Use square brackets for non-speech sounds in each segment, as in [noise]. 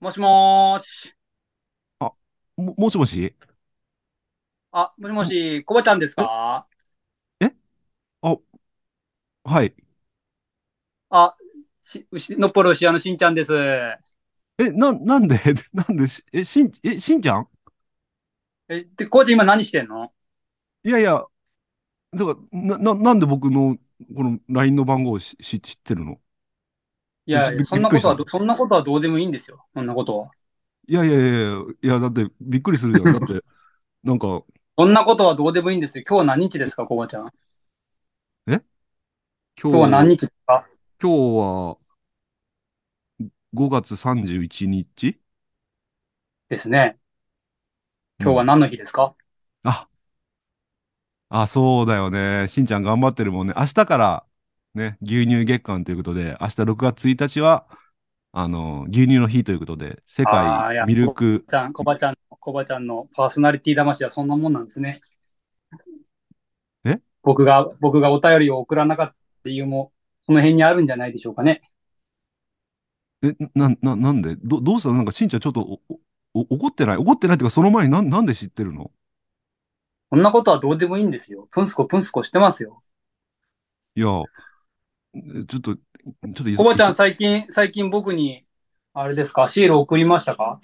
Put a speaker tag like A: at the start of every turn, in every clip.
A: もしもーし。
B: も、もしもし
A: あ、もしもし、コバちゃんですか
B: はい。
A: あ、し、うし、のっぽろ牛屋のしんちゃんです。
B: え、な、なんで [laughs] なんでし、え、しん、え、しんちゃん
A: え、で、コバちゃん今何してんの
B: いやいや、だから、な、な、なんで僕の、この LINE の番号をし、し、知ってるの
A: いやい
B: び
A: や、
B: び
A: そんなことは
B: びっくりし
A: ど、そんなことはどうでもいいんですよ。そんなことは。
B: いやいやいやいや、いや、だって、びっくりする
A: [laughs]
B: よ。だって、なんか、
A: そんなことはどうでもいいんですよ。今日は何日ですか、コバちゃん。
B: 今
A: 今日は何
B: 日、
A: 日ですか
B: 今日は、5月31日
A: ですね。今日は
B: うん
A: 何の日ですか
B: あ、あ、そうだよね。しんちゃん頑張ってるもんね。明日から、ね、牛乳月間ということで、明日6月1日は、あの、牛乳の日ということで、世
A: あーい
B: 界
A: や
B: ミルク、
A: ちゃん、コバちゃん、コバちゃんのパーソナリティ魂はそんなもんなんですね。
B: え
A: 僕が、僕がお便りを送らなかった理由も、その辺にあるんじゃないでしょうかね。
B: え、な、な、なんでど、どうしたのなんかしんちゃんちょっとお、お、お怒ってない怒ってないっていうか、その前になん、なんで知ってるの
A: そんなことはどうでもいいんですよ。プンスコプンスコしてますよ。
B: いや、えちょっと、ちょっとい
A: コバちゃん
B: い
A: 最近、最近僕に、あれですか、シール送りましたか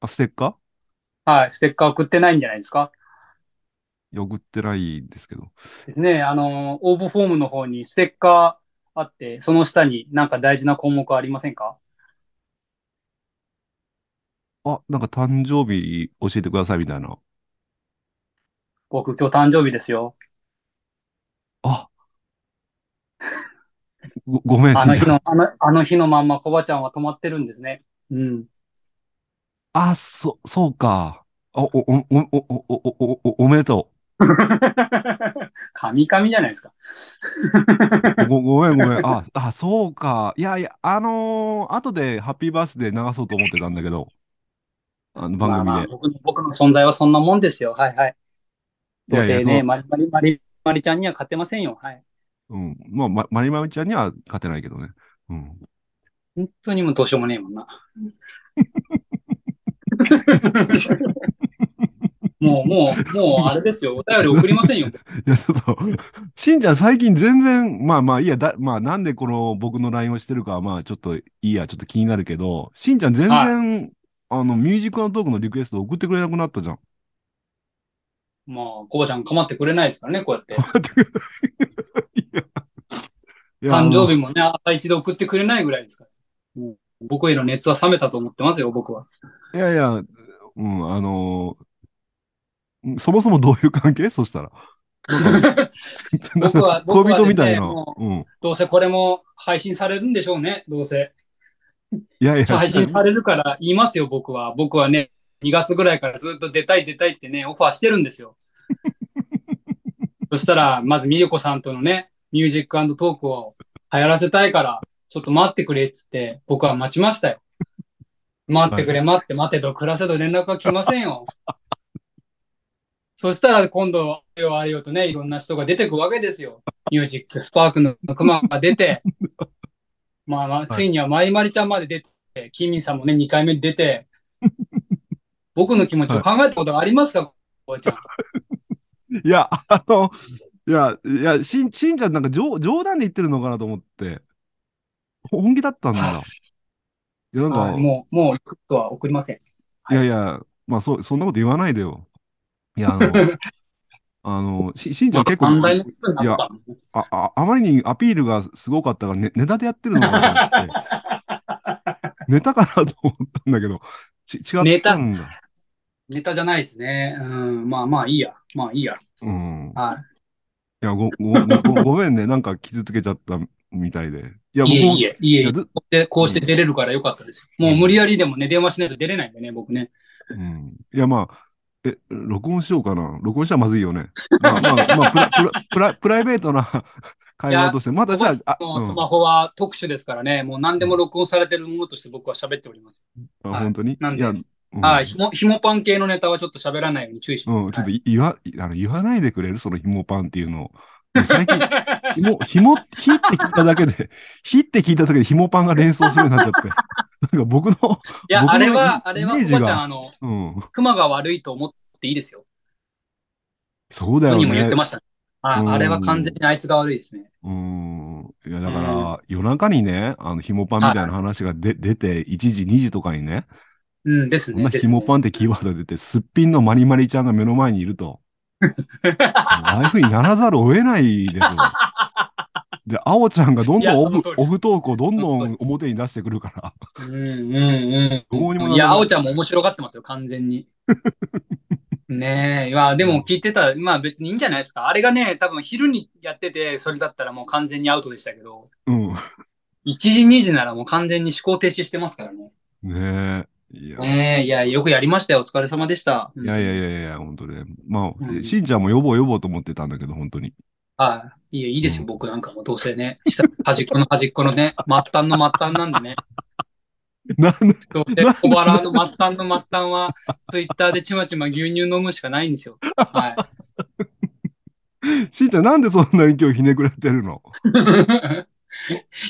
B: あ、ステッカー
A: はい、ステッカー送ってないんじゃないですか
B: いや送ってないんですけど。
A: ですね、あの、応募フォームの方にステッカーあって、その下になんか大事な項目ありませんか
B: あ、なんか誕生日教えてくださいみたいな。
A: 僕今日誕生日ですよ。
B: あ、ご、ごめん、
A: あ
B: しん
A: の
B: ちゃ
A: 日
B: ん。
A: の、あの、あの日のまんまコバちゃんは止まってるんですね。うん。
B: あ、そ、そうか。あ、お、お、お、お、お、お、お、お、おめでと
A: 神々じゃないですか。
B: う。ご、ごめん、ごめん。あ、あ、そうか。いやいや、あのー後でハッピーバースデー流そうと思ってたんだけど、あの、番
A: まあ
B: 組
A: まあ、
B: で。
A: 僕の、僕の存在はそんなもんですよ。はいはい。どう
B: いやい
A: せ
B: や
A: ね、
B: その
A: マリマリマリマリちゃんには勝てませんよ。はい。
B: うん。まあ、ま、まりまみちゃんには勝てないけどね。うん。
A: 本当にもうどうしようもねえもんな。もう、もう、もう、あれですよ。お便り送りませんよ。
B: いや、ちょっと、 [laughs] しんちゃん最近全然、まあまあいいや、だ、まあなんでこの僕の LINE をしてるかは、まあちょっといいや、ちょっと気になるけど、しんちゃん全然、あの、ミュージックのトークのリクエスト送ってくれなくなったじゃん。
A: まあ、コバちゃん構ってくれないですからね、こうやって。
B: いや、いや
A: [laughs] 誕生
B: あ
A: 日もね、朝一度送ってくれないぐらいですから。もう僕への熱は冷めたと思ってますよ、僕は。
B: のいやいや、うん、あのーそもそもどういう関係そしたら。なんかなん
A: 僕は
B: か恋人みたいな。
A: 僕は
B: うん。
A: どうせこれも配信されるんでしょうね、どうせ。
B: いやいや、
A: 配信されるから言いますよ、僕は。僕はね、2月ぐらいからずっと出たい出たいってね、オファーしてるんです
B: [laughs]
A: よ。そしたら、まずみゆこさんとのね、ミュージックトークを流行らせたいから、ちょっと待ってくれっつって、僕は待ちましたよ。待ってくれ、待って、待てと、暮らせと連絡が来ませんよ。そしたら今度、あれよあれよとね、いろんな人が出てくわけですよ。ミュージックスパークの熊が出
B: [laughs]
A: て、まあまあ、ついにはまいまりちゃんまで出て、キミさんもね、2回目出
B: [laughs]
A: て、僕の気持ちを考えたことがありますか、おばちゃん。
B: いや、あの、いや、いや、しん、しんちゃんなんか冗、冗談で言ってるのかなと思って。ほ本気だったんだ。いや、なん
A: はい、
B: か、
A: もう、もう、行くとは送りません。
B: いやいや、まあ、そう、そんなこと言わないでよ。いや、あの、
A: [laughs]
B: あの、し、しんちゃん結構、
A: 寛大な人になったもんね
B: あ、あ、あまりにアピールがすごかったから、ね、ネタでやってるのかなと思って。ネタかなと思ったんだけど、ち、違
A: ネ
B: っ
A: タ
B: たんだ。
A: ネタじゃないですね。うん、まあまあいいや。まあいいや。
B: うん。
A: はい
B: や、ご、ご、ご、ごめんね。なんか傷つけちゃったみたいで。いや、
A: い。いえ
B: 僕も、
A: いえ、いえいえ
B: いや、。ず、
A: こうしてこうして出れるからよかったですよ。もう無理やりでもね、電話しないと出れないんでね、僕ね。
B: うん。いや、まあ、え、録音しようかな。録音したらまずいよね。まあ、まあ、まあ、プラ、プラ、プラ、プライベートな会話として、まだじゃあ、あ、
A: この
B: うん
A: スマホは特殊ですからね、もう何でも録音されてるものとして僕は喋っております。
B: あ
A: はい
B: 本当にい
A: なんで
B: や、うん
A: はい、ひも、ひもパン系のネタはちょっと喋らないように注意しま
B: う
A: す。
B: ん、ちょ
A: は
B: っと
A: い
B: い言わ、あの、言わないでくれるその紐パンっていうのを。
A: [laughs]
B: 最近、
A: [laughs]
B: 紐、紐、ひって聞いただけで、ひって聞いただけで紐パンが連想するようになっちゃって。なんか僕の、
A: いや、
B: 僕の
A: あれは、あれは、
B: イメ
A: ク
B: ージが
A: マちゃん、あの、
B: うん。
A: クマが悪いと思っていいですよ。
B: そうだよ
A: 本
B: ね。
A: 人も言ってましたね。あ
B: うん
A: あれは完全にあいつが悪いですね。
B: うーん。いや、だか
A: う
B: ら、夜中にね、あの、ひもパンみたいな話がで出て、1時、2時とかにね、
A: うん、です
B: こんな
A: ね。で
B: ひ
A: す
B: も
A: ね。
B: パンってキーワード出て、すっぴんのマリマリちゃんが目の前にいる
A: [laughs]
B: と、ああいうふうにならざるを得ないですよ。で、あおちゃんがどん
A: い
B: ど
A: や
B: んオ
A: その
B: フ
A: 通りで
B: オ
A: す
B: フトークをどんど
A: その
B: ん表に出してくるから、
A: うんうん
B: どうにも
A: う。
B: なんら
A: いや、
B: ない
A: あおちゃんも面白がってますよ、完全
B: [laughs]
A: に。ねえ、いや、でも聞いてたら、まあ別にいいんじゃないですか。あれがね、多分昼にやってて、それだったらもう完全にアウトでしたけど、
B: うん。
A: 1時、2時ならもう完全に思考停止してますからね。
B: ねえ。いや、
A: ねえ、いや、よくやりましたよ。お疲れ様でした。
B: いやいやいやいや、本当ね。まあ、
A: うん
B: しんちゃんも呼ぼう呼ぼうと思ってたんだけど、本当に。 [laughs]
A: はい。いや、いいですよ、僕なんかも、どうせね。下端っこの端っこのね、末端の末端なんでね。
B: なん
A: どうせ小腹の末端の末端は、ツイッターでちまちま牛乳飲むしかないんですよ。はい。
B: しんちゃんなんでそんなに今日ひねくれてるの
A: [laughs]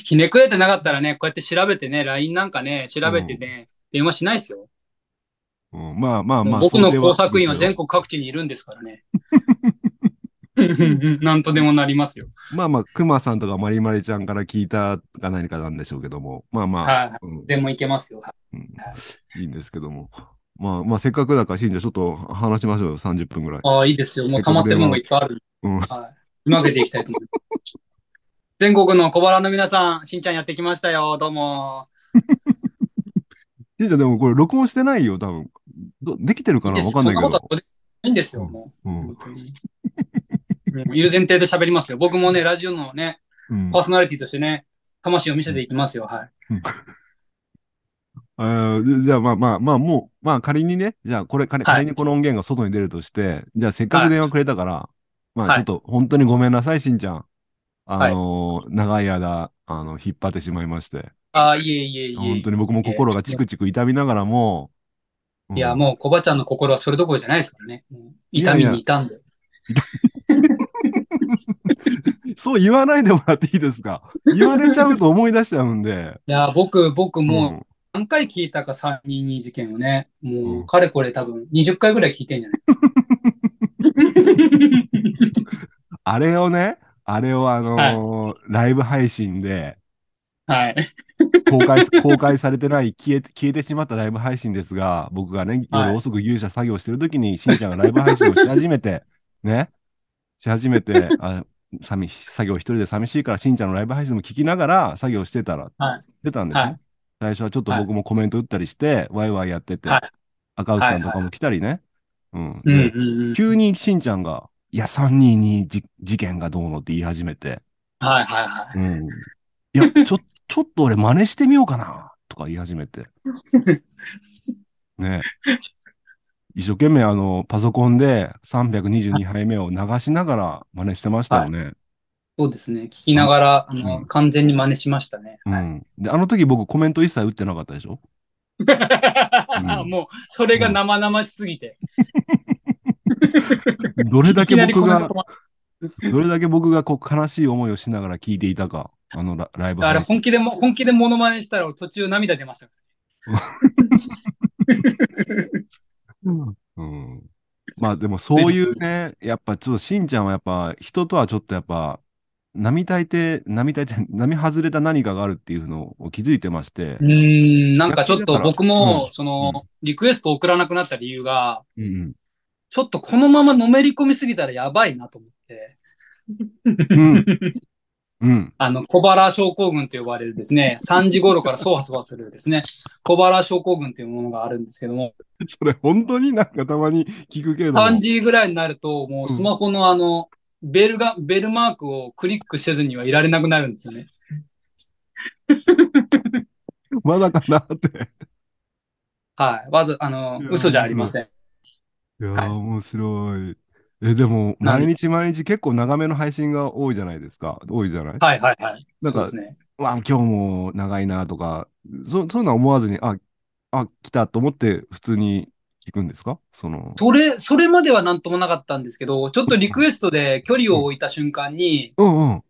A: ひねくれてなかったらね、こうやって調べてね、LINE なんかね、調べてね、電話しないですよ。
B: うん、まあまあまあ。
A: 僕の工作員は
B: それで
A: 全国各地にいるんですからね。 [laughs] なんとでもなりますよ。
B: まあまあ、くまさんとかまりまりちゃんから聞いたか何かなんでしょうけども。まあまあ、
A: は
B: うん
A: でもいけますよ。
B: いいんですけども。まあまあ、せっかくだから、しんちゃんちょっと話しましょうよ、30分ぐらい。
A: ああ、いいですよ。もう溜まってるものがいっぱいある。
B: うん
A: はい。うまくしていきたいと思います。全国の小腹の皆さん、しんちゃんやってきましたよ。どうも。
B: しんちゃんでもこれ録音してないよ、多分。どできてるか
A: いいで
B: な
A: す
B: わかんないけ
A: そんな
B: ど
A: こと。はどうでもいいんですよ、も
B: う
A: う。
B: ん。
A: 本当にうんいる前提で喋りますよ。僕もね、ラジオのね、
B: うん
A: パーソナリティとしてね、魂を見せていきますよ。はい。
B: あーじゃあまあまあまあもう、まあ仮にね、じゃあこれ仮,、
A: はい
B: 仮にこの音源が外に出るとして、じゃあせっかく電話くれたから、まあ
A: は
B: ち
A: い
B: ょっと本当にごめんなさい、しんちゃん。あのー長い間、あの、引っ張ってしまいまして。
A: ああ、いえいえいえいえ。
B: 本当に僕も心がチクチク痛みながらも、
A: いや、
B: うん
A: もう、コバちゃんの心はそれどころじゃないですからね。もう痛みに痛んで。
B: そう言わないでもらっていいで
A: [laughs]
B: すか言われちゃうと思い出しちゃうんで。
A: いや、僕、僕もう、
B: ん
A: 何回聞いたか322事件をね、も
B: うん
A: う、かれこれ多分20回ぐらい聞いてんじゃない
B: あれをね、あれをあのーライブ配信で、 [laughs]
A: はい。
B: 公開、 [laughs] 公開されてない、消えて、消えてしまったライブ配信ですが、僕がね、
A: はい
B: 夜遅く勇者作業してる時に、しんちゃんがライブ配信をし始めて、 [laughs] ね、し始めて、あ、寂し、作業一人で寂しいから、しんちゃんのライブ配信も聞きながら作業してたら、
A: はい
B: 出たんですね。
A: はい
B: 最初はちょっと僕もコメント打ったりして、ワイワイやってて、
A: はい
B: 赤内さんとかも来たりね。うん。
A: うん
B: で
A: うんうん。
B: 急にしんちゃんが、いや、322じ事件がどうのって言い始めて、
A: はいはいは
B: うんいや、ちょ、 [laughs] ちょっと俺真似してみようかな、とか言い始めて。ね一生懸命あの、パソコンで322杯目を流しながら真似してましたよね。
A: い。そうですね。聞きながら、あの、
B: うん
A: 完全に真似しましたね。
B: う
A: はい
B: ん。で、あの時僕コメント一切打ってなかったでしょう
A: [laughs]
B: ん
A: もう、それが生々しすぎて。
B: どれだ
A: いき
B: け
A: なりこ
B: 僕
A: んな
B: が
A: こと、も
B: どれだけ僕がこう悲しい思いをしながら聞いていたか。あのラライブ
A: あれ、
B: 配信。
A: 本気でも、本気でモノマネしたら途中涙出ました。
B: うん。まあでもそういうね、やっぱちょっとしんちゃんはやっぱ人とはちょっとやっぱ並大抵、並大抵、並外れた何かがあるっていうのを気づいてまして
A: う。ーん、なんかちょっと僕
B: う
A: も
B: ん、
A: その、リクエスト送らなくなった理由が、
B: うん
A: ちょっとこのままのめり込みすぎたらやばいなと思って、
B: うん。うん。うん。
A: あの、小腹症候群と呼ばれるですね、3時頃からそうはそうはするですね、小腹症候群というものがあるんですけども、
B: それ本当になんかたまに聞くけれども。
A: 3時ぐらいになると、もうスマホのあの、ベルが、ベルマークをクリックせずにはいられなくなるんですよね。
B: まだかなって。 [laughs]
A: はい。わず、あの
B: いや、
A: 嘘じゃありません。
B: いやー、
A: はい
B: 面白い。え、でも、
A: 何
B: 毎日毎日結構長めの配信が多いじゃないですか。多いじゃない
A: はいはいはい。
B: なん
A: そう
B: か
A: です、ね。
B: わあ、今日も長いなとか、そ、そういうのは思わずに、あ、あ、来たと思って普通に聞くんですかその、
A: それ、それまではなんともなかったんですけど、ちょっとリクエストで距離を置いた瞬間に、
B: うんうん。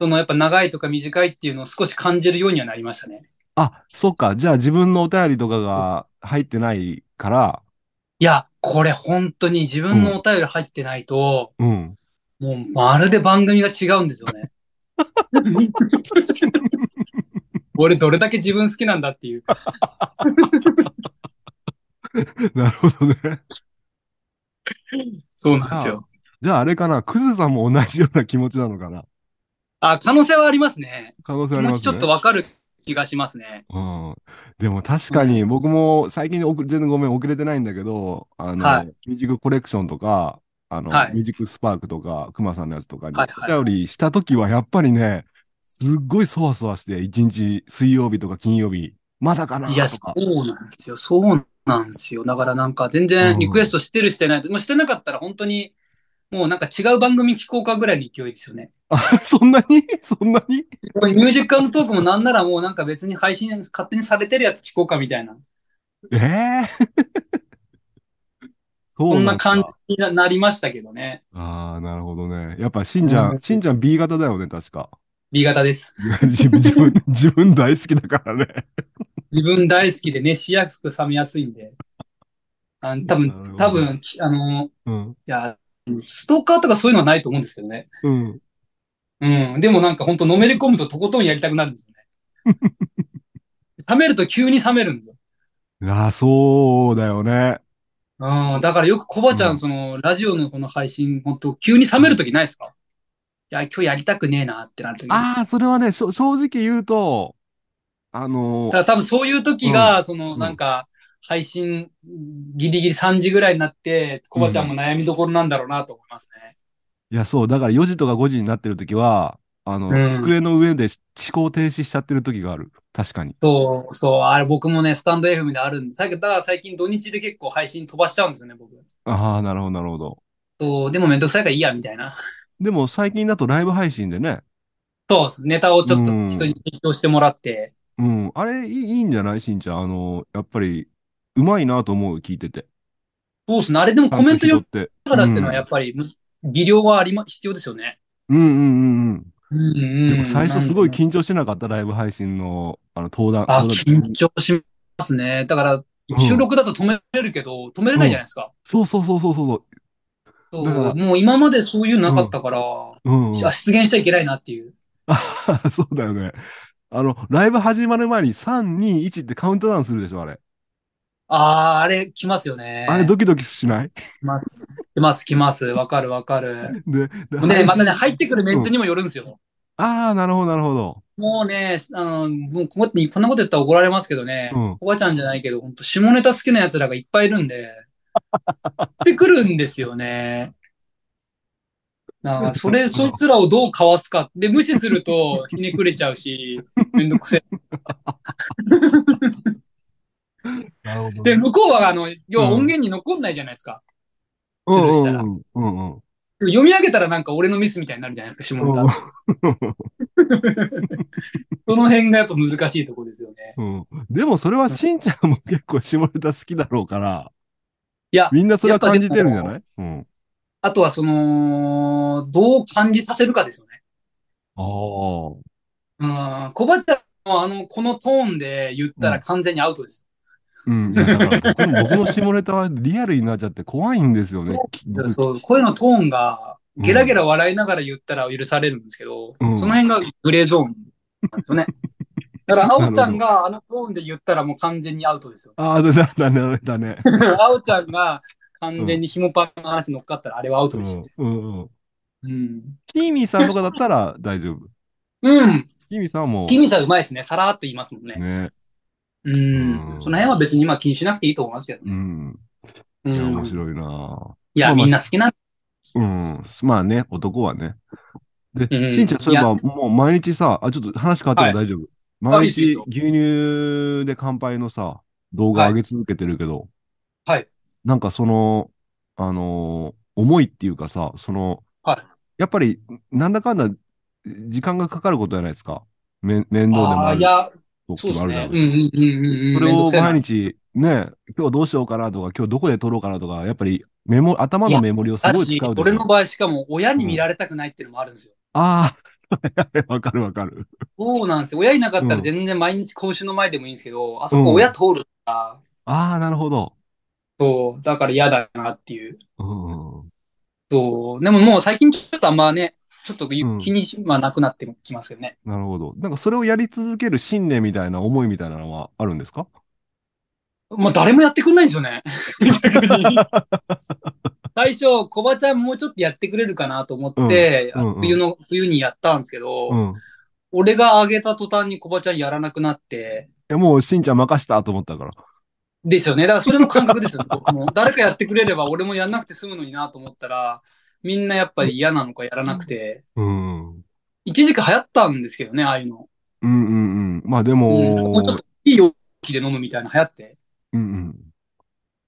A: そのやっぱ長いとか短いっていうのを少し感じるようにはなりましたね。
B: あ、そっか。じゃあ自分のお便りとかが入ってないから、
A: いや、これ本当に自分のお便り入ってないと、
B: うん。 [laughs]
A: もうまるで番組が違うんですよね。俺どれだけ自分好きなんだっていう。
B: なるほどね。
A: そうなんですよ。
B: じゃああれかな。クズさんも同じような気持ちなのかな。
A: あ、可能性はありますね。
B: 可能性
A: 気
B: ありま
A: 持
B: す
A: ち
B: ね。
A: ちょっとわかる気がしますね。
B: うん、でも確かに僕も最近遅れ全然ごめん遅れてないんだけど、あの、
A: はい
B: ミュージックコレクションとか、あの、
A: はい
B: ミュージックスパークとか、くまさんのやつとかに、
A: はいはい
B: お便りした時はやっぱりね、すっごいそわそわして、一日水曜日とか金曜日、まだかない
A: や、
B: と
A: そ
B: か。
A: うなんですよ。そうなんですよ。だからなんか全然リクエストしてるしてないと、もうしてなかったら本当に、もうなんか違う番組聞こうかぐらいの勢いですよね。
B: あ、そんなにそんなに
A: これミュージックトークもなんならもうなんか別に配信勝手にされてるやつ聞こうかみたいな。
B: え
A: [laughs]
B: えそう
A: こんな
B: な
A: ん
B: ですか
A: 感じにななりましたけどね。
B: ああ、なるほどね。やっぱ、しんちゃ、
A: うんん
B: しんちゃん B 型だよね、確か。
A: B 型です。
B: 自分、自分、自分大好きだからね。
A: 自分大好きで熱しやすく冷めやすいんで。あの多
B: なるほど
A: 分、多分、きあの、い
B: うん。
A: や、ストーカーとかそういうのはないと思うんですけどね。
B: うん。
A: うん。でもなんか本当のめり込むととことんやりたくなるんですよね。
B: [laughs]
A: 冷めると急に冷めるんですよ。
B: ああ、そうだよね。
A: うん。だからよくコバちゃ
B: うん
A: ん、その、ラジオのこの配信、本当急に冷めるときないですかいや、今日やりたくねえなってなるとき。
B: ああ、それはね、しょ正直言うと、あの
A: だか
B: ー
A: ら多分そういう時が、その
B: うん
A: なんか、配信ギリギリ3時ぐらいになって、コバちゃんも悩みどころなんだろうなと思いますね。
B: いや、そう、だから4時とか5時になってる時は、あの、
A: うん
B: 机の上でし思考停止しちゃってる時がある。確かに。
A: そう、そう、あれ僕もね、スタンド FM であるんで、さっきだから最近土日で結構配信飛ばしちゃうんですよね、僕。
B: ああ、なるほど、なるほど。
A: そう、でもめんどくさいからいいや、みたいな。
B: でも最近だとライブ配信でね、
A: そうです。ネタをちょっと
B: うん
A: 人に提供してもらって。
B: うん、あれいいいいんじゃないしんちゃん。あのーやっぱり、うまいなと思う、聞いてて。
A: そうですね。あれでもコメント
B: ちゃん
A: 読
B: と拾って。
A: みながらっていうのはやっぱり、技量はありま、必要ですよね。
B: うんうんうんうん。
A: うんうん
B: でも最初すごい
A: なんだろう
B: 緊張してなかった、ライブ配信の、あの、登壇。
A: あ、
B: 登壇
A: 緊張しますね。だから
B: うん、
A: 収録だと止めれるけど、止めれないじゃないですか。
B: そうそうそうそうそう。
A: そう
B: だから
A: もう今までそういうのなかったから、
B: うんうん、
A: あ出現しちゃいけないなっていう。
B: あ [laughs] そうだよね。あの、ライブ始まる前に3、2、1ってカウントダウンするでしょ、あれ。
A: ああ、あれ来ますよね。
B: あれドキドキしない
A: 来
B: [laughs]
A: ます来ます、来ます。わかる、わかる。
B: で、で
A: もうね、またね、入
B: 配信
A: ってくるメンツにもよるんですよ。
B: ああ、なるほど、なるほど。
A: もうね、あの、もうこここんなこと言ったら怒られますけどね、
B: うん
A: おばちゃんじゃないけど、本当下ネタ好きな奴らがいっぱいいるん
B: [laughs]
A: で、ってくるんですよね。なんか、それ、そいつらをどうかわすか。で、無視する
B: [laughs]
A: と、ひねくれちゃうし、めんどくせ
B: なるほど
A: え。で、向こうは、あの、要は
B: うん
A: 音源に残んないじゃないですか。
B: うん
A: するしたら
B: うんうんうんうん
A: 読み上げたらなんか俺のミスみたいになるじゃないですか、下ネ
B: う
A: タ
B: ん。 [laughs]
A: その辺がやっぱ難しいとこですよね。
B: うんでもそれはしんちゃんも結構下ネタ好きだろうから、
A: いや、
B: みんなそれは感じてるんじゃないうん。
A: あとはその、どう感じさせるかですよね。
B: ああ。
A: うん、小林さんのあの、このトーンで言った
B: う
A: ら
B: ん
A: 完全にアウトです。
B: うん。いや、だから僕の僕の下ネタはリアルになっちゃって怖いんですよね。
A: [laughs] そうそう、声のトーンが、ゲラゲラ笑いながら言ったら許されるんですけど、
B: うん。
A: その辺がグレーゾーンなんですよね。だから、あおちゃんがあのトーンで言ったらもう完全にアウトですよ
B: ああ、だ、だ、だ、だ、
A: [laughs]
B: だね。
A: あおちゃんが完全にひもパンの話に乗っかったらあれはアウトですよ。
B: うんうんうん。
A: うん。
B: キーミーさんとかだったら大丈夫。
A: うん。
B: キーミーさんはもう
A: キミさんうまいですね。さらっと言いますもんね。
B: ね、
A: うん。
B: うん
A: その辺は別に今気にしなくていいと思いますけど
B: う
A: ね。
B: ん、
A: う
B: い
A: ん。
B: や面白いな
A: いうや、
B: ん
A: みんな好きなん
B: うん、まあね、男はね。で、
A: うん
B: しんちゃん、そういえば、もう毎日さ、あ、ちょっと話変わっても大丈夫。
A: あい
B: 毎
A: いっすよいいっ
B: 日
A: すよ
B: 牛乳で乾杯のさ、動画
A: はい
B: 上げ続けてるけど、
A: はい。
B: なんかその、あのー思いっていうかさ、その、
A: はい
B: やっぱり、なんだかんだ、時間がかかることじゃないですか。め面倒でも
A: あ
B: あ
A: あ、
B: る
A: いや、
B: 時
A: そうで
B: もあ
A: す
B: る
A: ね。
B: だろ
A: う
B: うし
A: んうんうんうんうん。
B: それ
A: めんど
B: を
A: くさいな
B: 毎日ね、今日どうしようかなとか、今日どこで撮ろうかなとか、やっぱりメモ、頭のメモリをす
A: だ
B: ごい
A: し
B: 使う、でし
A: 俺
B: ょ
A: の場合しかも親に見られたくないっていうのもあるんですよ。
B: ああ、 [laughs] わかるわかる。
A: そうなんですよ。親いなかった
B: うん
A: ら全然毎日公衆の前でもいいんですけど、あそこ親通るから、
B: ああ、なるほど。
A: そう、だから嫌だなっていう。
B: うん。
A: そう、でももう最近ちょっとあんまね、ちょっと気
B: うん
A: にはなくなってきますけどね。
B: なるほど。なんかそれをやり続ける信念みたいな思いみたいなのはあるんですか
A: まあ誰もやってくんないんですよ
B: [laughs]
A: ね。逆に。最初、コバちゃんもうちょっとやってくれるかなと思って、
B: うんうんうん
A: 冬の、冬にやったんですけど、
B: うん。い
A: 俺が上げた途端にコバちゃんやらなくなって、
B: や、もうしんちゃん任したと思ったから。
A: ですよね。だからそれも感覚ですよ。 [laughs] 僕も誰かやってくれれば俺もやんなくて済むのになと思ったら、みんなやっぱり嫌なのかやらなくて、
B: うん。うん
A: 一時期流行ったんですけどね、ああいうの。
B: うんうん。まあで
A: うん、
B: も、
A: もうちょっといい容器で飲むみたいな流行って、
B: うんうん。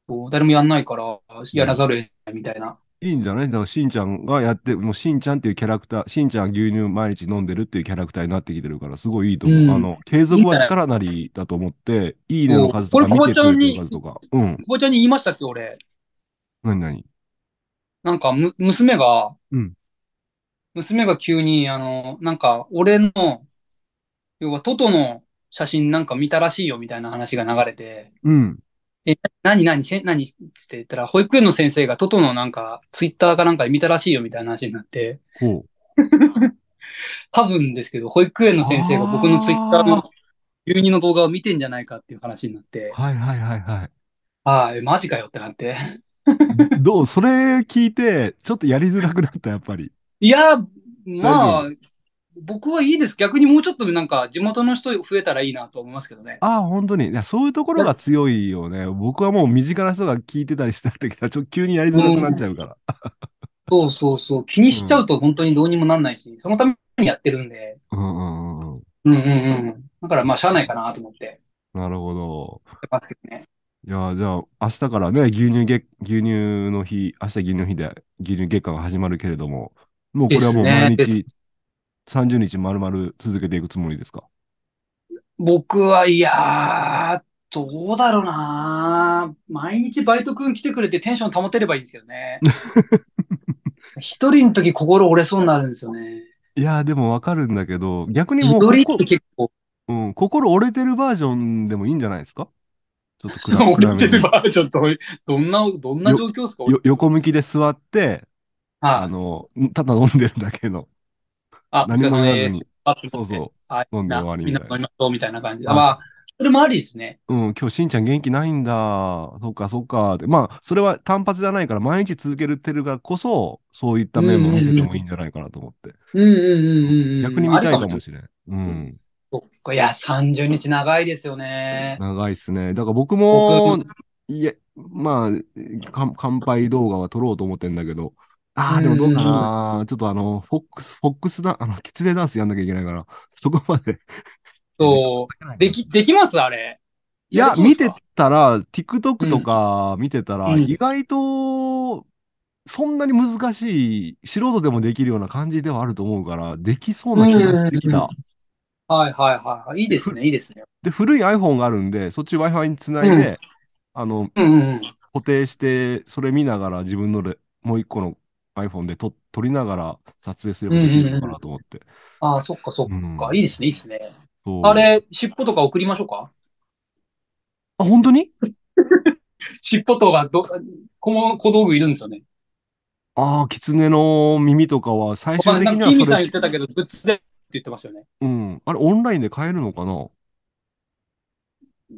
A: こう誰もやんないから、やらざるを得ないみたいな。
B: いいんじゃないだからしんちゃんがやって、もうしんちゃんっていうキャラクター、しんちゃん牛乳毎日飲んでるっていうキャラクターになってきてるから、すごいいいと思う。
A: うん
B: あの、継続は力なりだと思って、いいねの数と
A: こ
B: か
A: れ
B: 見てくれて
A: こ
B: る
A: わ
B: 数
A: ちゃ
B: と
A: ん
B: か。うん。
A: コバちゃんに言いましたっけ、俺。
B: なになに
A: なんかむ、娘が、
B: うん
A: 娘が急に、あの、なんか、俺の、要は、トトの写真なんか見たらしいよみたいな話が流れて、
B: うん。
A: 何何せ何って言ったら、保育園の先生がトトのなんか、ツイッターかなんかで見たらしいよみたいな話になって、
B: ほ
A: 多分ですけど、保育園の先生が僕のツイッター
B: あ
A: の牛乳の動画を見てんじゃないかっていう話になって
B: う。、はいはいはいはい。 [laughs]
A: はい、マジかよってなって。 [laughs]
B: どうそれ聞いて、ちょっとやりづらくなった、やっぱり。
A: いや、まあ、僕はいいです。逆にもうちょっとなんか、地元の人増えたらいいなと思いますけどね。
B: ああ、本当に。いや、そういうところが強いよね。僕はもう身近な人が聞いてたりした時は、ちょっと急にやりづらくなっちゃうから。
A: そうそうそう。気にしちゃうと本当にどうにもなんないし、そのためにやってるんで。
B: うんうんうんうん。
A: うんうんうん。だからまあ、しゃあないかなと思って、や
B: なるほど。
A: ってますけどね。
B: いやー、じゃあ、明日からね、牛乳月、牛乳の日、明日牛乳の日で牛乳月間が始まるけれども、もうこれはもう
A: です
B: 毎
A: ね
B: 日、30日丸々続けていくつもりですか
A: 僕は、いやー、どうだろうな毎日バイト君来てくれてテンション保てればいいんですけど
B: [laughs]
A: ね。一人の時心折れそうになるんですよね。
B: いやー、でもわかるんだけど、逆に
A: 一
B: もう
A: 人
B: こ
A: って結構、
B: こ、うん、心折れてるバージョンでもいいんじゃないですかちょっと暗、
A: [laughs] 折れて
B: 暗め
A: る
B: に
A: バージョンと、どんな、どんな状況ですか
B: よ横向きで座って、あ
A: あ
B: の、ただ飲んでるだ
A: [laughs]
B: けの。
A: あ、
B: 何も言わずに
A: お疲れ様です
B: そうそう
A: あ
B: 飲んで終わり
A: み
B: み
A: ん
B: た
A: ない飲
B: な
A: みましょうみたいな感じ。
B: う
A: あ
B: ん
A: まあ、それもありですね。
B: うん、今日しんちゃん元気ないんだ。そっかそっか。で、まあ、それは単発じゃないから、毎日続けてるからこそ、そういった面も見せてもいいんじゃないかなと思って。
A: うんうんうんうんうん。
B: 逆に見たい
A: あ
B: か
A: る
B: もしれん。うん。
A: そっか、いや、30日長いですよね。
B: 長いっすね。だから僕も、いや、まあ、かん乾杯動画は撮ろうと思ってんだけど、ああ、でもどうかな。ちょっとあの、フォックス、フォックスだ、あの、キツネダンスやんなきゃいけないから、そこまで。
A: そう。でき、できますあれ。
B: いや、
A: そうっ
B: 見
A: すか
B: てたら、TikTok とか見てたら、
A: うん
B: 意外と、そんなに難しい、素人でもできるような感じではあると思うから、できそうな気がしてき
A: うんうんうん
B: た。
A: はいはいはいはい。いいですね、いいですね。
B: で、古い iPhone があるんで、そっち Wi-Fi につないで、
A: うん
B: あの、
A: うんうんうん。
B: 固定して、それ見ながら自分のでもう一個の iPhone で撮撮りながら撮影すればできるのかなと思って。
A: ああ、そっかそっか。
B: うん
A: いいですね、いいですね。
B: そう
A: あれ、尻尾とか送りましょうか
B: あ、本当に
A: 尻尾とかど、小小道具いるんですよね。
B: ああ、キツネの耳とかは最
A: まあ
B: 終的
A: なん
B: に
A: か、
B: は
A: キミ
B: そ
A: さん
B: れ
A: 言ってたけど、グッズでって言ってましたよね。
B: うん。あれ、オンラインで買えるのかな
A: オ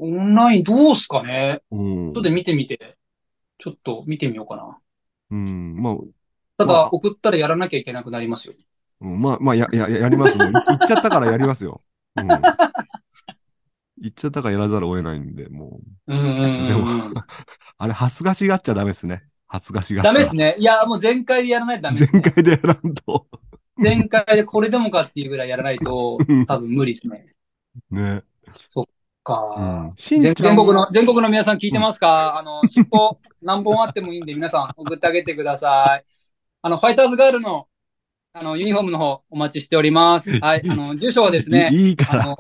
A: ンラインどうすかね
B: うん。
A: 後で見てみて、ちょっと見てみようかな。
B: うん。まあ、
A: た
B: まあ
A: だ、送ったらやらなきゃいけなくなりますよ。
B: うん、まあ、まあ、や、や、ややります。もう、い言っちゃったからやりますよ。うん。言っちゃったからやらざるを得ないんで、もう。
A: うんうん
B: で
A: うん
B: も
A: うん。
B: あれ、恥ずかしがっちゃダメですね。恥ずかしが
A: [laughs]
B: っ
A: ダメで
B: です
A: ね。いや、もう全開でやらないとダメです
B: 全
A: ね。
B: 開でやらんと。
A: 全開でこれでもかっていうぐらいやらないと
B: うん、
A: 多分無理ですね。
B: ね。う
A: か
B: ん。。しんちゃ
A: 全全
B: ん
A: 国の、全国の皆さん聞いてますか、あの、尻尾何本あってもいいんで、皆さん送ってあげてください。あの、ファイターズガールの、あの、ユニフォームの方、お待ちしております。はい。あの、住所はですね、
B: いいいか
A: あ
B: ら、
A: の、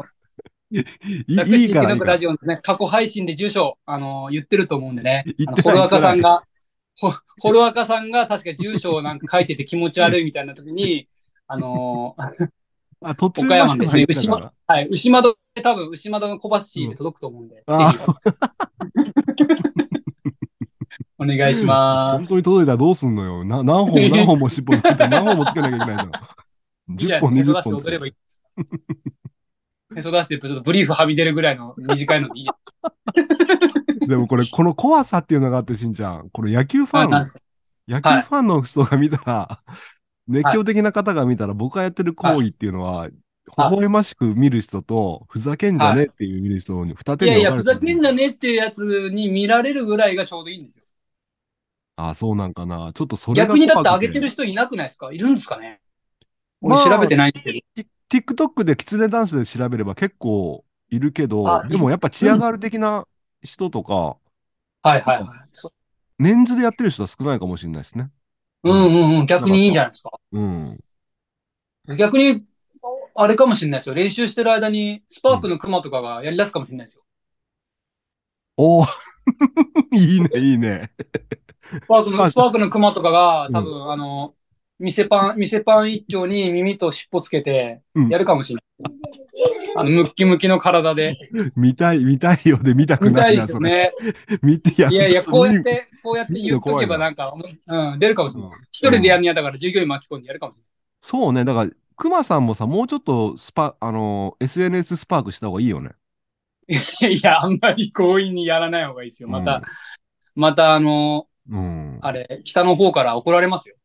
A: 楽
B: いいい
A: して生き
B: から、い
A: 抜
B: い
A: く
B: から
A: ラ。ジオのね、過去配信で住所、あの、言ってると思うんでね。
B: 言
A: あの、
B: って
A: ホ
B: ない
A: ロアカさんが、ほホロアカさんが確か住所をなんか書いてて気持ち悪いみたいな時に、あの、
B: あ、途中
A: 岡山ですね
B: ま行ったから
A: はい、牛窓で多分、牛窓の小橋で届くと思うんで、
B: あ
A: ぜひ [laughs] お願いしま
B: 本
A: す。
B: 当に届いたらどうすんのよ。な何本、何本も尻尾つけて、何本もつけなきゃいけないじゃん。10本、
A: いいじ
B: 20
A: ゃないですかへそ出して踊
B: 本
A: ればいいです。へそ出して、ちょっとブリーフはみ出るぐらい
B: [laughs]
A: の短いのでいいじゃ
B: でもこれ、この怖さっていうのがあって、しんちゃん。これ野球ファ
A: ないなん
B: ン
A: です、か
B: 野球ファンの人が見た
A: [laughs]
B: ら、熱狂的な方が見たら、僕がやってる行為っていうのは、微笑ましく見る人と、ふざけんじゃねえっていう見る人に二手
A: いやい
B: に分か
A: や、
B: れ
A: ふ
B: てる
A: ざけんじゃねえっていうやつに見られるぐらいがちょうどいいんですよ。
B: ああ、そうなんかな。ちょっとそれが
A: 逆にだって
B: 怖
A: 上げ
B: く
A: てる人いなくないですかいるんですかね俺調べてないんですけど。
B: ティ TikTok でキツネダンスで調べれば結構いるけど
A: あ、
B: でもやっぱチアガール的な人とか、
A: はいはいはい。そ
B: メンズでやってる人は少ないかもしれないですね。
A: うんうんうん、逆にいいんじゃないですか。
B: うん。
A: 逆に、あれかもしれないですよ。練習してる間に、スパークのクマとかがやり出すかもしれないですよ。[laughs]
B: おーいいね、いいね。
A: スパークの、
B: ス
A: ス
B: パ
A: パークのクマとかが
B: う、ん
A: 多分、あの、店パン、店パン一丁に耳と尻尾つけて
B: うん、
A: やるかもしれない。あの、ムッキムキの体で。
B: 見たい、見たいようで見たく
A: 見た
B: ないい
A: で
B: な、
A: す
B: そ
A: よ
B: れ。
A: ね。
B: 見てや
A: いやいや、
B: ちょっ
A: ことうやっ
B: 見る
A: て、こうやって言っとけばなんか、うん、出るかもしれない。
B: うん
A: 一人でやるんやだから従業員巻き込んでやるかもしれない。
B: そうね、だから、クマさんもさ、もうちょっとスパ、あの、SNS スパークした方がいいよね。
A: いや、あんまり強引にやらない方がいいですよ。ま
B: う
A: た
B: ん、
A: また、あの、
B: うん。
A: あれ、北の方から怒られ [laughs] ますよ。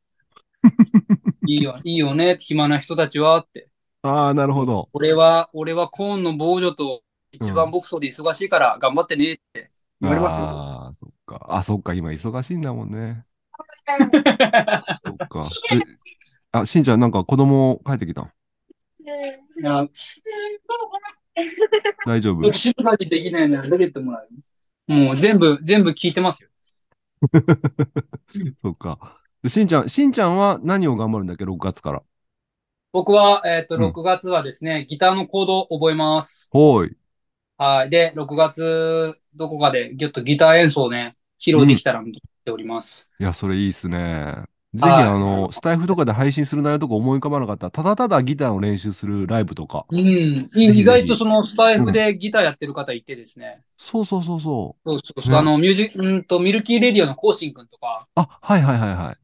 A: いいよ、いいよね、暇な人たちはって。
B: ああ、なるほど。
A: 俺は、俺はコーンの防除と一番ボクソで忙 [laughs] しいから頑張ってねって言われますよ。
B: ああ、そっか。あ、そっか、今忙しいんだも
A: [laughs]
B: んね。そっか。であ、しんちゃん、なんか子供帰ってきたん
A: いや
B: 大丈
A: ちょ
B: 夫
A: っと。静かにできないなら出てってもらうもう全部、全部聞いてますよ。
B: そっか。でしんちゃん、しんちゃんは何を頑張るんだっけ ?6 月から。
A: 僕は、えっ、と、
B: うん
A: 6月はですね、ギターのコードを覚えます。
B: ほーい。
A: はい。で、6月、どこかで、ぎゅっとギター演奏をね、披露できたら見ております。
B: いや、それいいっすね。ぜひ、
A: はい
B: あの、スタイフとかで配信する内容とか思い浮かばなかったら、ただただギターの練習するライブとか。
A: うん。い意外とそのスタイフでギターやってる方いてですね。
B: そうそうそうそ
A: そうそうそう。
B: ね
A: あの、ミュージック、うんと、ミルキーレディオのコーシンくんとか、
B: う。あ、はいはいはいはい。
A: はい。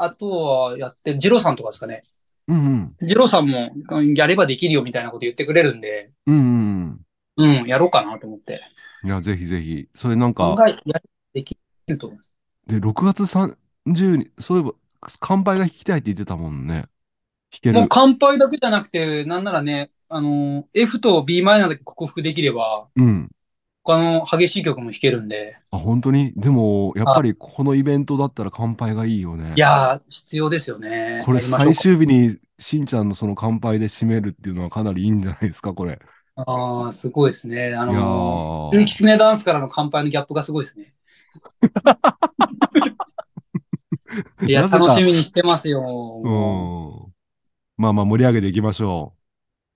A: あとは、やって、ジローさんとかですかね。
B: うんうん。
A: ジローさんも、うんやればできるよみたいなこと言ってくれるんで、
B: うんうん
A: うん、やろうかなと思って。
B: うん。いや、ぜひぜひ。それなん
A: 考
B: か、
A: え、やできると思います。
B: で、6月30日、そういえば、乾杯が弾きたいって言ってたもんね。弾け
A: もう
B: る。
A: 乾杯だけじゃなくて、なんならね、あの、F と b マイナーだけ克服できれば、
B: うん。
A: 他の激しい曲も弾けるんで、
B: あ、本当にでも、やっぱりこのイベントだったら乾杯がいいよね。
A: いやー、必要ですよね。
B: これ
A: やりましょう
B: 最
A: か
B: 終日にしんちゃんのその乾杯で締めるっていうのはかなりいいんじゃないですか、これ。
A: ああ、すごいですね。あ
B: いや
A: の
B: ー
A: ー、キツネダンスからの乾杯のギャップがすごい
B: [laughs]
A: ですね。いや、
B: なぜか
A: 楽しみにしてますよ。
B: うん。まあまあ盛り上げていきましょ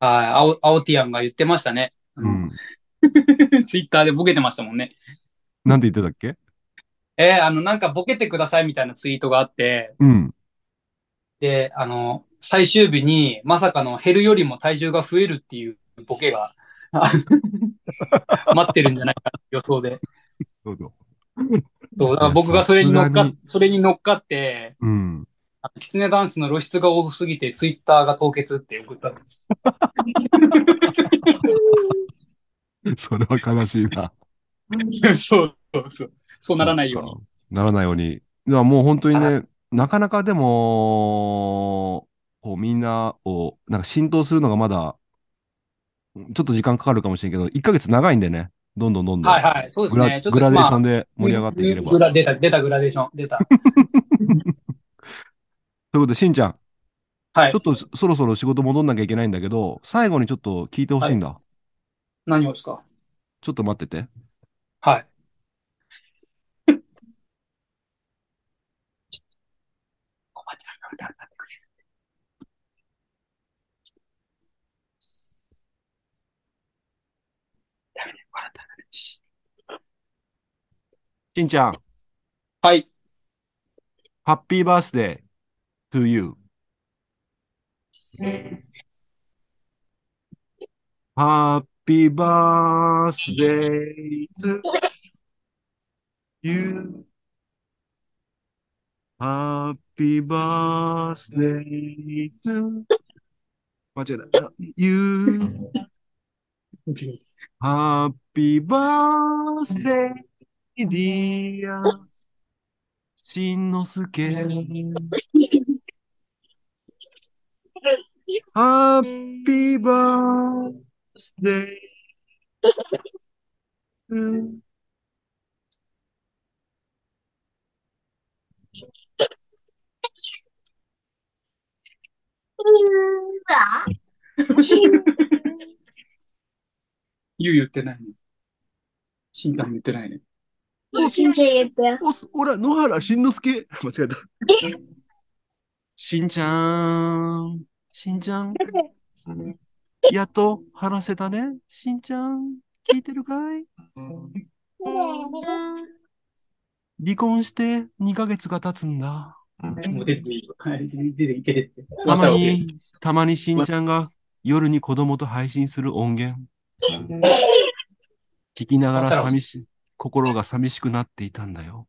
A: はい、青、青ティアンが言ってましたね。
B: う。うん。
A: [laughs] ツイッターでボケてましたもんね。
B: なんて言ってたっけ
A: えーあの、なんかボケてくださいみたいなツイートがあって、
B: うん。
A: で、あの、最終日にまさかの減るよりも体重が増えるっていうボケが、 [laughs] あ待ってるんじゃないかって予想で。
B: どうぞ。
A: そう、だから僕がそれに乗っ
B: さすが
A: か
B: に、
A: それに乗っかって、
B: うん。
A: あのキツネダンスの露出が多すぎてツイッターが凍結って送ったん
B: [laughs]
A: です。
B: それは悲しいな。
A: そうそうそう。そうならないように。
B: に。ならないように。いや、もう本当にね、なかなかでも、こうみんなを、なんか浸透するのがまだ、ちょっと時間かかるかもしれんけど、1ヶ月長いんでね、どんどんどんどん。
A: はいはい、そうです
B: グラ
A: ね。ちょっ
B: グ
A: と
B: ラデーショ
A: ま
B: ン
A: あ
B: で盛り上がっていければ。
A: グ
B: という
A: ラ出た、出たグラデーション、出た。
B: ことで、しんちゃん、
A: はい
B: ちょっ。とそそろそろ仕事戻んなきゃいけないんだけど、最後にちょっと聞いてほしいんだ。
A: 何をですか
B: ちょっと待ってて。 [laughs]
A: はい。コバちゃんが歌ってくれる。ダメだよ笑ったらダメだし
B: しんちゃん、
A: はい。
B: ハッピーバースデー to you。ハッピーバースデートユー。ハッピーバースデート間違えた。ユー。ハッピーバースデー、ディア、しんのすけ。ハッピーバースデー。
A: ゆう言ってないね。しんたん言ってないね。
C: ちんちゃん言ってよ。
B: おす、おら、野原しんのすけ。 [laughs] 間違えた。しんちゃん。しんちゃん。やっと話せたね。しんちゃん。聞いてるかい離婚して2ヶ月が経つんだ。
A: もう出ていいよ。はい出ていけって。
B: たま
A: また起
B: に、たまにしんちゃんが夜に子供と配信する音源。聞きながら寂しい、心が寂しくなっていたんだよ。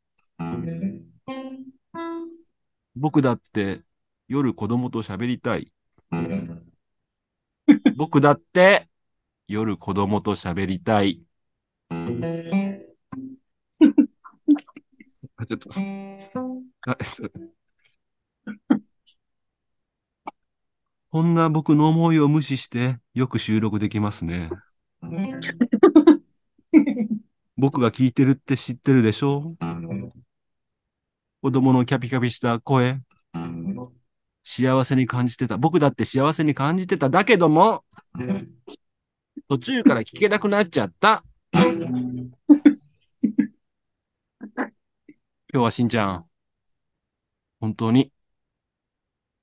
B: 僕だって夜子供と喋りたい。僕だって夜子供と喋りたい。あ、ちょっと。あちょっとこんな僕の思いを無視してよく収録できます [laughs] ね。僕が聞いてるって知ってるでしょ子供のキャピキャピした声。幸せに感じてた。僕だって幸せに感じてた。だけども、途中から聞けなくなっちゃった。今日はしんちゃん、本当に、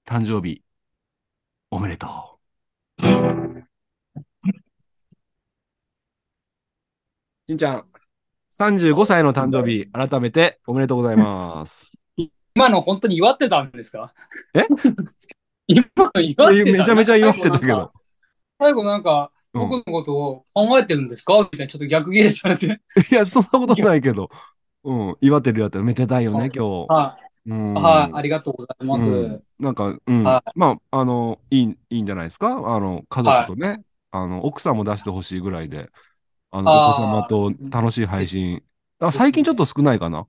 B: 誕生日、おめでとう。しんちゃん、35歳の誕生日、改めておめでとうございます。
A: 今の本当に祝ってたんですか
B: え
A: [laughs] 今の祝ってた
B: めちゃめちゃ祝ってたけど。
A: 最後なんか、
B: うん
A: 僕のことを考えてるんですかみたいな、ちょっと逆ギレされ
B: [laughs]
A: て。
B: いや、そんなことないけど。うん、祝ってるやったらめでたいよね、今日。
A: はい、
B: うん
A: はい、ありがとうございます。
B: うんなんか、うん、
A: は
B: まあ、あの、いい、いいんじゃないですかあの、家族とね、あの、奥さんも出してほしいぐらいで、あの、お
A: あ
B: 子様
A: ー
B: と楽しい配信。あ、最近ちょっと少ないかな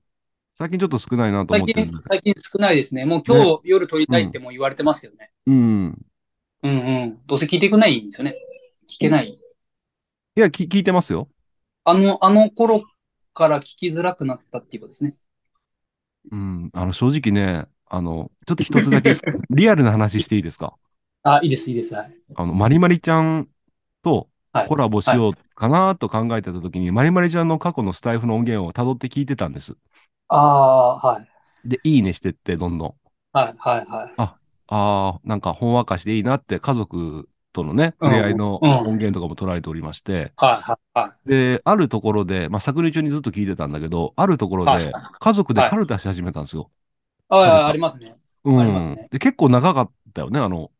B: 最近ちょっと少ないなと
A: 最
B: 思ってる
A: 近
B: んで、
A: 最近少ないですね。もう今日夜撮りたいってもう言われてますけどね。
B: うん。
A: うんうん。どうせ聞いてくないんですよね。聞けない。
B: いや、き聞いてますよ。
A: あの、あの頃から聞きづらくなったっていうことですね。
B: うん。あの、正直ね、あの、ちょっと一つ
A: [laughs]
B: だけ、リアルな話していいですか
A: あ、いいです、いいです。はい。
B: あの、マリマリちゃんと
A: はい
B: コラボしようかなと考えてた時に、マリマリちゃんの過去のスタイフの音源を辿って聞いてたんです。
A: ああ、はい。
B: で、いいねしてって、どんどん。
A: はい、はい、はい。
B: ああ、なんかほんわかしていいなって、家族とのね、
A: うん
B: 触れ合いの
A: うん
B: 音源とかも取られておりまして、
A: はい、はい、はい。
B: で、あるところで、まあ、昨年中にずっと聞いてたんだけど、あるところ
A: はい
B: で、家族で
A: はい
B: カルタし始めたんですよ。
A: あ
B: そう
A: あ
B: か
A: ありますね。
B: うん。
A: ありますね
B: で、結構長かったよね、あの、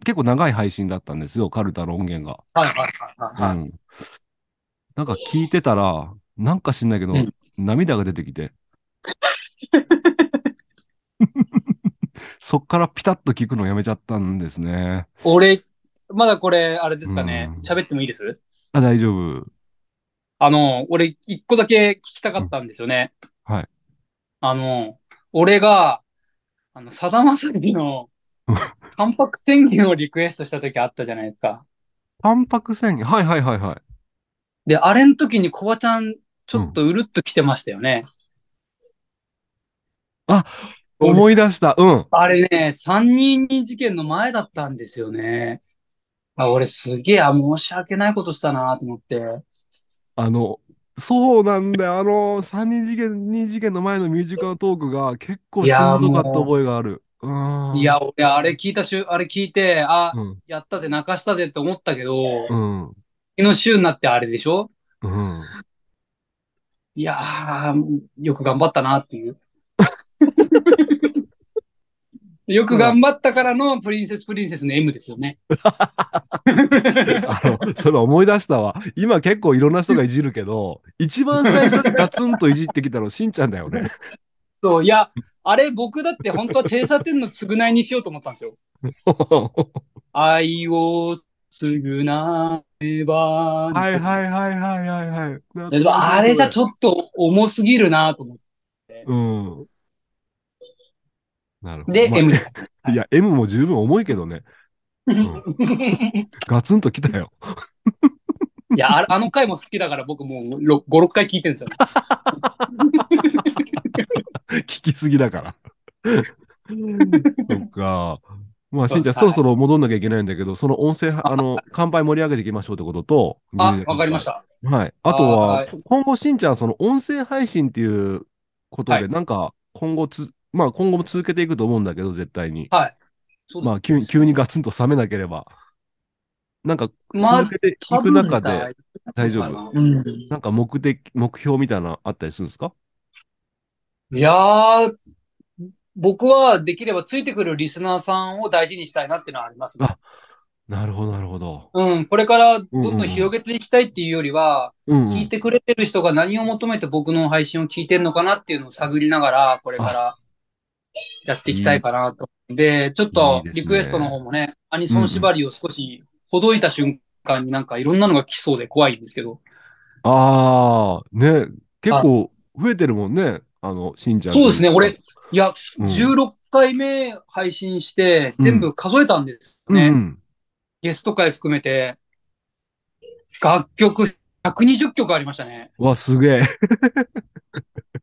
B: 結構長い配信だったんですよ、カルタの音源が。
A: はい、はい、はい、はい。
B: うん。なんか聞いてたら、なんか知んないけど、
A: うん
B: 涙が出てきて。そっからピタッと聞くのやめちゃったんですね。
A: 俺、まだこれ、あれですかね
B: うん。
A: 喋ってもいいです
B: あ、大丈夫。
A: あの、俺、一個だけ聞きたかったんですよね。
B: うんはい。
A: あの、俺が、あの、さだまさき
B: [laughs]
A: の
B: うん、
A: 関白宣言をリクエストした時あったじゃないですか。
B: タンパク宣言。はいはいはいはい。
A: で、あれの時にコバちゃん、ちょっとうるっと来てましたよね。
B: あ、
A: 俺
B: 思い出した。うん。
A: あれね、322事件の前だったんですよね。あ俺すげえ、あ、申し訳ないことしたなと思って。
B: あの、そうなんだよ。あの、三人事件、二事件の前のミュージカルトークが結構しんどかった覚えがある。うん。
A: いや、俺、あれ聞いた週、あれ聞いて、あ、
B: うん。
A: やったぜ、泣かしたぜって思ったけど、
B: うん。
A: 昨日週になってあれでしょ
B: うん。
A: いや
B: [laughs]
A: ー、よく頑張ったなっていう。よく頑張ったからのプリンセスプリンセスの M ですよね。
B: [laughs] あの、それ思い出したわ。今結構いろんな人がいじるけど、一番最初にガツンといじってきたの、しんちゃんだよ [laughs] ね。
A: そう、いや、あれ僕だって本当は停車点の償いにしようと思ったんですよ。愛を償えば。
B: はいはいはいはいはいはい。
A: でもあれじゃちょっと重すぎるなと思っ
B: うん。なるほ
A: て。
B: ど。
A: で、
B: まあ
A: M。
B: いや、M も十分重いけどね。うんガツンときたよ。
A: [laughs] いや、ああの回も好きだから僕もうろ5、6回聞いてるんですよね。
B: 聞きすぎ
A: [laughs]
B: だから。そっか。まあ、しんちゃん、
A: そう
B: そろそろ戻んなきゃいけないんだけど、その音声、あの、乾杯盛り上げていきましょうってことと。。
A: あ、わかりましたた。
B: はい。あと
A: は
B: は、
A: い
B: 今後、しんちゃん、その音声配信っていうこと
A: は
B: で、なんか、今後つ、まあ、今後も続けていくと思うんだけど、絶対に。
A: はい。そう
B: まあ、急に、急にガツンと冷めなければ。なんか、
A: まあ
B: 続けていく中で、大丈夫。
A: 夫。うん
B: なんか目的、目標みたいなのあったりするんですか
A: いやー、僕はできればついてくるリスナーさんを大事にしたいなっていうのはありますね。
B: あなるほど、なるほど。
A: うん、これからどんど
B: うんうん
A: ん広げていきたいっていうよりは、
B: うんうん、
A: 聞いてくれてる人が何を求めて僕の配信を聞いてるのかなっていうのを探りながら、これからやっていきたいかなと。で、ちょっと
B: いいですね
A: リクエストの方もね、アニソン縛りを少しほどいた瞬間になんかいろんなのが来そうで怖いんですけど。
B: ああ、ね、結構増えてるもんね、あの、しんちゃん。
A: そうですね、俺。、いや、
B: うん
A: 16回目配信して
B: うん
A: 全部数えたんですよ
B: うん
A: ね。
B: うん。
A: ゲスト会含めて、楽曲120曲ありましたね。
B: わ、すげえ。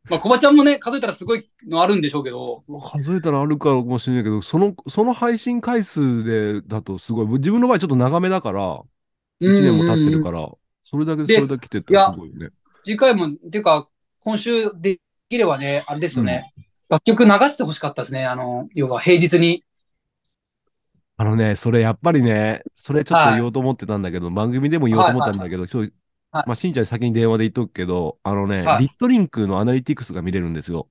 A: まあ、コバちゃんもね、数えたらすごいのあるんでしょうけど、
B: 数えたらあるかもしれないけど、その、その配信回数で、だとすごい、自分の場合ちょっと長めだから、1年も経ってる
A: ら。
B: から、それだけ
A: で
B: それだけ来てってすごいね。
A: 次回も、ていうか、今週できればね、あれですよね。楽曲流してほしかったですね。あの、要は平日に。
B: あのね、それやっぱりね、それちょっと
A: はい
B: 言おうと思ってたんだけど、番組でも言おうと思ったんだけど、ちょっと
A: はい
B: まあ、しんちゃんに先に電話で言っとくけど、あのね、
A: はい
B: リットリンクのアナリティクスが見れるんですよ。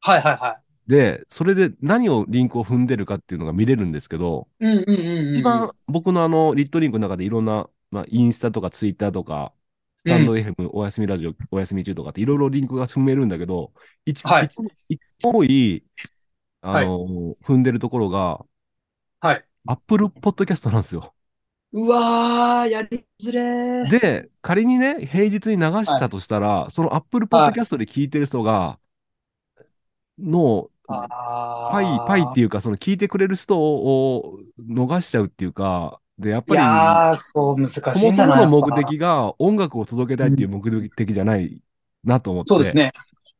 A: はいはいは
B: で、それで何をリンクを踏んでるかっていうのが見れるんですけど、
A: い。うんうんうんうん。
B: 一番僕のあの、リットリンクの中でいろんな、まあ、インスタとかツイッターとか、スタンド FM、おやすみラジオ、おやすみ中とかっていろいろリンクが踏めるんだけど、一、
A: はい
B: 一多い、あの、踏んでるところが、
A: はい。
B: アップルポッドキャストなんですよ。
A: うわー、やりづれー。
B: で、仮にね、平日に流したとしたら、そのアップルポッドキャストで聞いてる人が、の、
A: あ
B: パイ、パイって
A: い
B: いうか、その聞いてくれる人を逃しちゃうっていうか、で、やっぱり、
A: やー、そう難しいんだな
B: そもそもの
A: やっ
B: 目
A: ぱ
B: 的が音楽を届けたいっていう目的じゃないなと思って。
A: そうですね。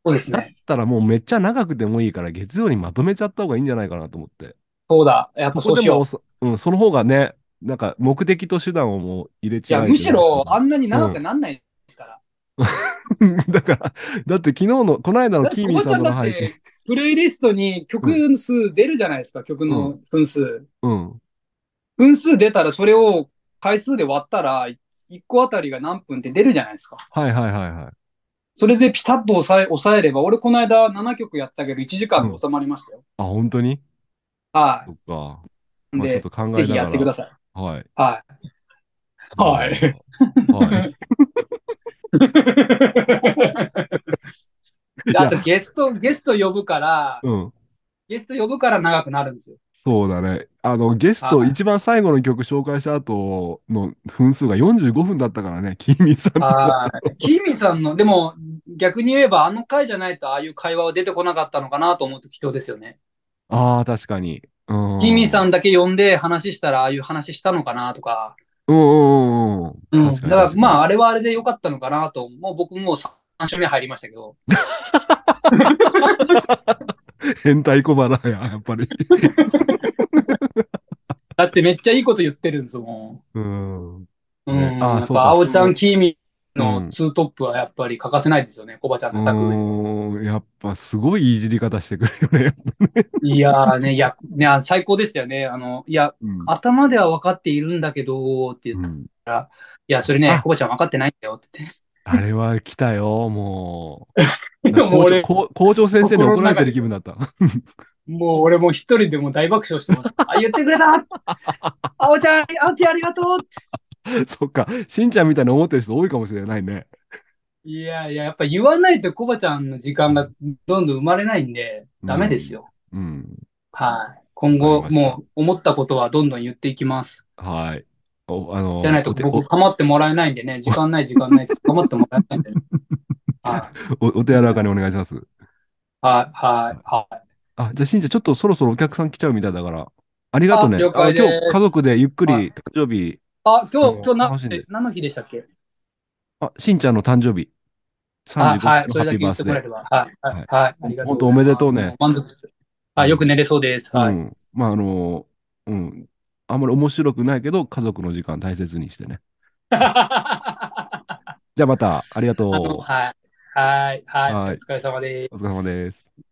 A: そうです
B: だっ
A: ね。
B: たらもうめっちゃ長くてもいいから月曜にまとめちゃった方がいいんじゃないかなと思って。
A: そうだ。やっぱ
B: こ
A: そ
B: こ
A: う
B: で
A: しよう
B: も。そ、うん、その方がね、なんか目的と手段をもう入れ
A: い
B: ちゃ
A: や、
B: う。
A: むしろあんなに長くなんないですから。
B: [laughs] だから、だって昨日の、この間の
A: だって
B: キー
A: 小
B: ミン
A: 林ち
B: さ
A: ゃ
B: ん
A: ん
B: との
A: だっ
B: 配信。
A: て、プレイリストに曲数出るじゃないですか、曲の分数。
B: うん。
A: 分数出たらそれを回数で割ったら、1個あたりが何分って出るじゃないですか。
B: はいはいはいはい。
A: それでピタッと抑え、抑えれば、俺この間7曲やったけど1時間で収まりましたよ。
B: あ、本当に
A: は
B: そっか。
A: い。
B: まあちょ
A: で、
B: っと考えなが
A: ぜ
B: ら。
A: ひやってください。
B: はい。
A: ははい
B: はい。
A: い。であとゲスト、ゲスト呼ぶから、
B: うん。
A: ゲスト呼ぶから長くなるんですよ。
B: そうだね。あの、ゲスト、
A: はい
B: 一番最後の曲紹介した後の分数が45分だったからね、 [laughs] キーミンさんとか。
A: はい。キーミンさんの、でも逆に言えば、あの回じゃないとああいう会話は出てこなかったのかなと思うと貴重ですよね。
B: ああ、確かに。うん。
A: キーミンさ
B: ん。
A: んだけ呼んで話したらああいう話したのかなとか。
B: うんうんうん
A: う。
B: うんん。
A: だからまあ、
B: あ、
A: あれはあれで良かったのかなと。もう僕もう3週目入りましたけど。
B: 変態小腹や、や
A: [laughs]
B: っぱり。
A: だってめっちゃいいこと言ってるんですも
B: うん。
A: ん。うん。
B: ねあ
A: やっ
B: そうか
A: ぱ、青ちゃん、キーミン
B: う
A: の
B: ん
A: ツートップはやっぱり欠かせないですよね。コバちゃん叩く上で。
B: うんやっぱ、すごいいじり方してくるよね。
A: いやーね、いや、ね、あの最高でしたよね。あの、いや、
B: うん
A: 頭では分かっているんだけど、って言って、い
B: うん
A: や、それ
B: あ
A: ね、コバちゃん分かってないんだよ、って言って。
B: あれは来たよ、も
A: [laughs]
B: う。
A: でも
B: 校
A: 俺
B: 長、校校長先生に怒られてる気分だった。 [laughs]
A: もう俺も一人でも大爆笑してました。あ、言ってくれ
B: [laughs]
A: たあおちゃん、アンティありがとう
B: そっか。しんちゃんみたいな思ってる人多いかもしれないね。
A: いやいや、やっぱ言わないとコバちゃんの時間がどんどん生まれないんで、ダメですよ。
B: うん。
A: はい。今後
B: わ、かりました
A: もう思ったことはどんどん言っていきます。
B: はい。お、あの、
A: じゃないと
B: お手
A: 僕構ってもらえないんでね、時間ない時間ない
B: [laughs]
A: です。構ってもらえないんでね。はい
B: おおお手柔らかにお願いします。
A: はいはいはい。
B: あ、じゃあ、しんちゃん、ちょっとそろそろお客さん来ちゃうみたいだから、ありがとね。
A: あ了解
B: あ今日、
A: です
B: 家族でゆっく
A: は
B: り、誕生日、
A: あ、
B: あ
A: 今
B: の
A: 日、今日な
B: 楽しんで、
A: 何の日でしたっけ
B: あ、しんちゃんの誕生日、
A: あ、は
B: 35
A: い、
B: 歳
A: それ
B: の
A: だ
B: ハッ
A: け
B: ピー
A: 言
B: バー
A: って
B: ス
A: もらえ
B: デ
A: れば。はい、はい、はい、ありがとうございます。
B: 本当おめでとうね
A: 満足して。あ、よく寝れそうです。
B: ー。
A: は [laughs]
B: う
A: い。
B: ん。まあ、あのー、うん。あんまり面白くないけど、家族の時間大切にしてね。
A: あ
B: じゃあ、また、ありがとう。
A: のはい、はい、はい、
B: はい
A: お疲れ様です。
B: お疲れ様です。